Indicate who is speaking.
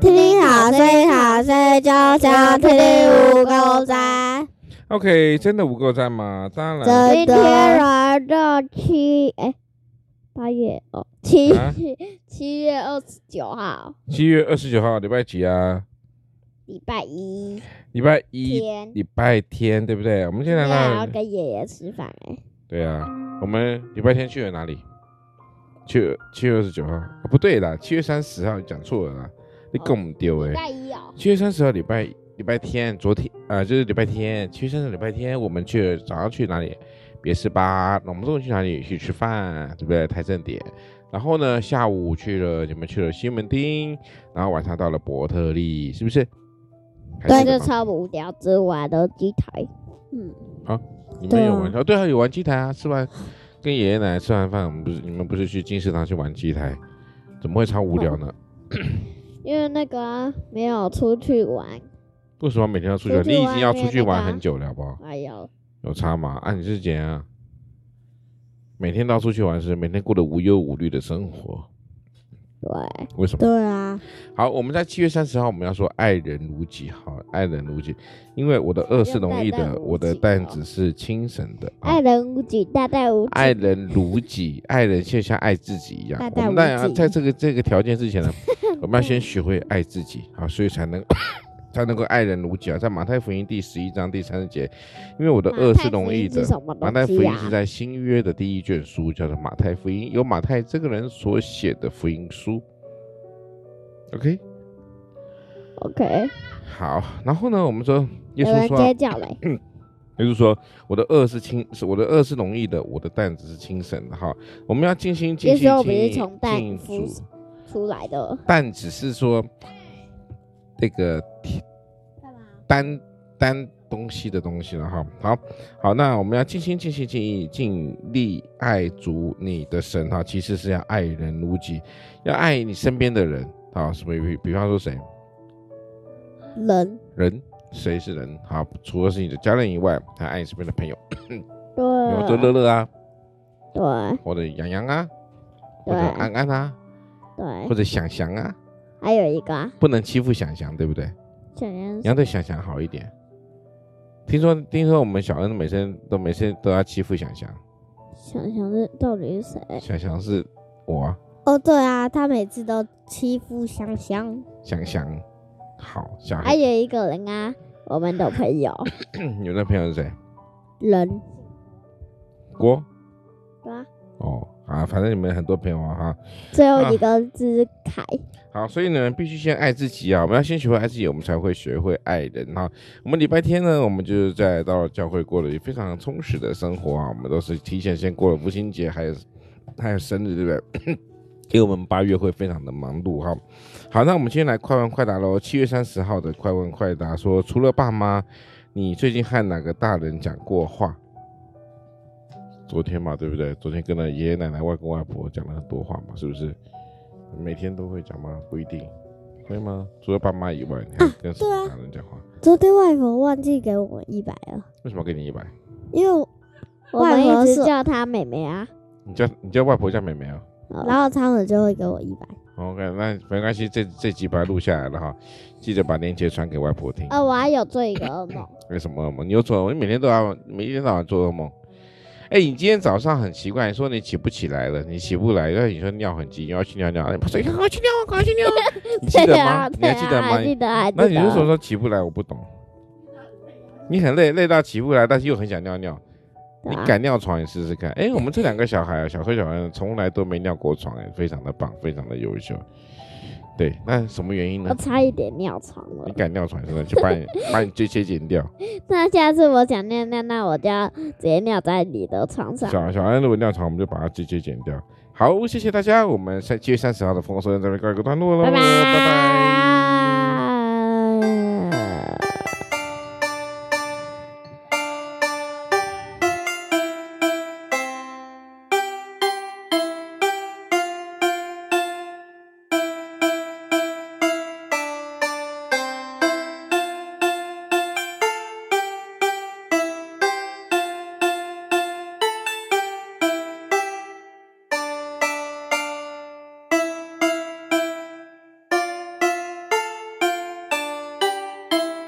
Speaker 1: 好睡好睡，就像霹雳蜈蚣山。
Speaker 2: OK，真的不够赞吗？当然。
Speaker 3: 今
Speaker 1: 真
Speaker 3: 天来到七哎八月哦七
Speaker 2: 啊
Speaker 3: 七月二十九号
Speaker 2: 七月二十九号，礼拜几啊？
Speaker 3: 礼拜一
Speaker 2: 礼拜一，
Speaker 3: 天，啊
Speaker 2: 礼拜天，对不对？我们现在
Speaker 3: 还要
Speaker 2: 呢？
Speaker 3: 跟爷爷吃饭哎、
Speaker 2: 对啊，我们礼拜天去了哪里？去七月二十九号、啊不对啦，七月三十号，讲错了啦，你跟我们丢哎
Speaker 3: 礼。拜一哦，
Speaker 2: 七月三十号礼拜礼拜天，昨天啊、呃就是礼拜天，七月三十礼拜天，我们去呃早上去哪里？别是吧？我们中午去哪里？去吃饭，对不对？台正点。然后呢，下午去了你们去了西门町，然后晚上到了伯特利，是 不是？还
Speaker 3: 对，
Speaker 2: 记得
Speaker 3: 就
Speaker 2: 吗
Speaker 3: 超无聊之外的机台，嗯，
Speaker 2: 你们有
Speaker 1: 对啊
Speaker 2: 玩哦？对啊，有玩机台啊！吃完跟爷爷奶奶吃完饭，我们不是你们不是去金石堂去玩机台？怎么会超无
Speaker 3: 哦
Speaker 2: 聊呢？
Speaker 3: 因为那个啊、没有出去玩，
Speaker 2: 为什么每天要出去玩？
Speaker 3: 出
Speaker 2: 你
Speaker 3: 去
Speaker 2: 已
Speaker 3: 玩
Speaker 2: 经要
Speaker 3: 没
Speaker 2: 出
Speaker 3: 有
Speaker 2: 去
Speaker 3: 那个
Speaker 2: 玩
Speaker 3: 啊
Speaker 2: 很久了，好不好？
Speaker 3: 还有
Speaker 2: 有差吗？啊，你是怎样？每天到处去玩是每天过得无忧无虑的生活，
Speaker 3: 对，
Speaker 2: 为什么？
Speaker 1: 对啊，
Speaker 2: 好，我们在七月三十号我们要说爱人如己，好，爱人如己，因为我的恶是容易
Speaker 3: 要淡淡
Speaker 2: 的，
Speaker 3: 如己
Speaker 2: 我的担子是轻省的。啊
Speaker 3: 爱人无己，大大无
Speaker 2: 爱
Speaker 3: 己，
Speaker 2: 人如己，爱人就像爱自己一样。
Speaker 1: 大大
Speaker 2: 我们
Speaker 1: 无
Speaker 2: 当然要
Speaker 1: 忌
Speaker 2: 在这个这个条件之前呢，我们要先学会爱自己啊，所以才能才能够爱人如己啊。在马太福音第十一章第三十节，因为我的恶是容易的，马
Speaker 3: 马
Speaker 2: 太
Speaker 3: 太福
Speaker 2: 福
Speaker 3: 音是什么东西
Speaker 2: 音
Speaker 3: 啊
Speaker 2: 是在新约的第一卷书，叫做马太福音，由马太这个人所写的福音书。OK，
Speaker 3: ？OK，
Speaker 2: 好，然后呢，我们说耶
Speaker 3: 有
Speaker 2: 稣
Speaker 3: 人
Speaker 2: 说啊、
Speaker 3: 接脚嘞，
Speaker 2: 也就是说，我的恶是轻，是我的恶是容易的，我的担子是轻省的哈。我们要尽心尽
Speaker 3: 也
Speaker 2: 心
Speaker 3: 许我们是
Speaker 2: 尽
Speaker 3: 从担
Speaker 2: 尽
Speaker 3: 夫
Speaker 2: 主，
Speaker 3: 出来的，
Speaker 2: 但只是说这个
Speaker 3: 干嘛？
Speaker 2: 单单东西的东西了哈。好好，那我们要尽心尽心尽意尽力爱足你的神哈，其实是要爱人如己，要爱你身边的人啊。什么比比方说谁
Speaker 3: 人，
Speaker 2: 人，谁是人？好，除了是你的家人以外，还爱你身边的朋友，比方说
Speaker 3: 对，
Speaker 2: 乐乐啊，
Speaker 3: 对
Speaker 2: 或者洋洋啊，或
Speaker 3: 对
Speaker 2: 者安安啊，或
Speaker 3: 对，
Speaker 2: 者想想啊，
Speaker 3: 还有一个啊，
Speaker 2: 不能欺负想想，对不对？
Speaker 3: 小人
Speaker 2: 你要对想想好一点。听说听说我们小恩每天都每天都要欺负想想，
Speaker 3: 想想是到底是谁？
Speaker 2: 想想是我啊
Speaker 1: 哦对啊，他每次都欺负香香。
Speaker 2: 想想，好嗯想
Speaker 3: 还有一个人啊，我们的朋 友
Speaker 2: 有那朋友是谁？
Speaker 3: 人，
Speaker 2: 郭
Speaker 3: 对啊，
Speaker 2: 哦啊，反正你们很多朋友啊哈。
Speaker 3: 最后一个是凯，
Speaker 2: 好，所以呢，必须先爱自己啊！我们要先学会爱自己，我们才会学会爱人哈。我们礼拜天呢，我们就是在到了教会过了非常充实的生活啊。我们都是提前先过了父亲节，还有还有生日，对不对？ 给我们八月会非常的忙碌哈。好，那我们今天来快问快答喽。七月三十号的快问快答说，除了爸妈，你最近和哪个大人讲过话？昨天嘛，对不对？昨天跟了爷爷奶奶、外公外婆讲了很多话嘛，是不是？每天都会讲吗？不一定，会吗？除了爸妈以外，
Speaker 3: 嗯
Speaker 2: 你还跟什
Speaker 3: 啊
Speaker 2: 么大人讲话？
Speaker 1: 昨天外婆忘记给我们一百了，
Speaker 2: 为什么给你一百？
Speaker 1: 因为我
Speaker 3: 我们
Speaker 1: 外婆
Speaker 3: 一
Speaker 1: 是
Speaker 3: 直叫她妹妹啊，哦
Speaker 2: 你叫你叫外婆叫妹妹啊、哦
Speaker 1: 然后他们就会给我一百。
Speaker 2: OK，那没关系，这这集把它录下来了哈，记得把链接传给外婆听。
Speaker 3: 呃，我还有做一个噩梦，
Speaker 2: 为什么噩梦？你又做噩梦？你每天都要，每天到晚做噩梦。哎，你今天早上很奇怪，你说你起不起来了，你起不来，然后你说尿很急，要去尿尿，哎跑出去赶快去尿，赶快去 尿，你记得
Speaker 3: 对
Speaker 2: 吗？
Speaker 3: 啊，
Speaker 2: 你还记得
Speaker 3: 对啊
Speaker 2: 吗
Speaker 3: 还？记得，还记
Speaker 2: 那
Speaker 3: 得。
Speaker 2: 你为什么说起不来？我不懂。你很累，累到起不来，但是又很想尿尿，
Speaker 3: 对
Speaker 2: 你
Speaker 3: 啊
Speaker 2: 敢尿床，你试试看。哎，我们这两个小孩啊，小黑小孩从来都没尿过床，哎，非常的棒，非常的优秀。对，那什么原因
Speaker 3: 我
Speaker 2: 呢？
Speaker 3: 差一点尿床了
Speaker 2: 你。敢尿床，真的就把你把你这些剪掉。
Speaker 3: 那下次我想尿尿，那我就要直接尿在你的床上。
Speaker 2: 小小安如果尿床，我们就把它直接剪掉。好，谢谢大家，我们在七月三十号的《丰收人》这边告一个段落喽，
Speaker 3: 拜拜
Speaker 2: 拜拜
Speaker 3: 啊